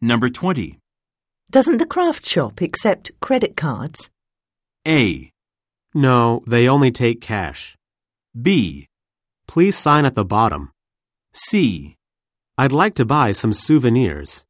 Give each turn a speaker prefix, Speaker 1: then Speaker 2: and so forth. Speaker 1: Number 20.
Speaker 2: Doesn't the craft shop accept credit cards?
Speaker 1: A.
Speaker 3: No, they only take cash.
Speaker 1: B.
Speaker 3: Please sign at the bottom.
Speaker 1: C.
Speaker 3: I'd like to buy some souvenirs.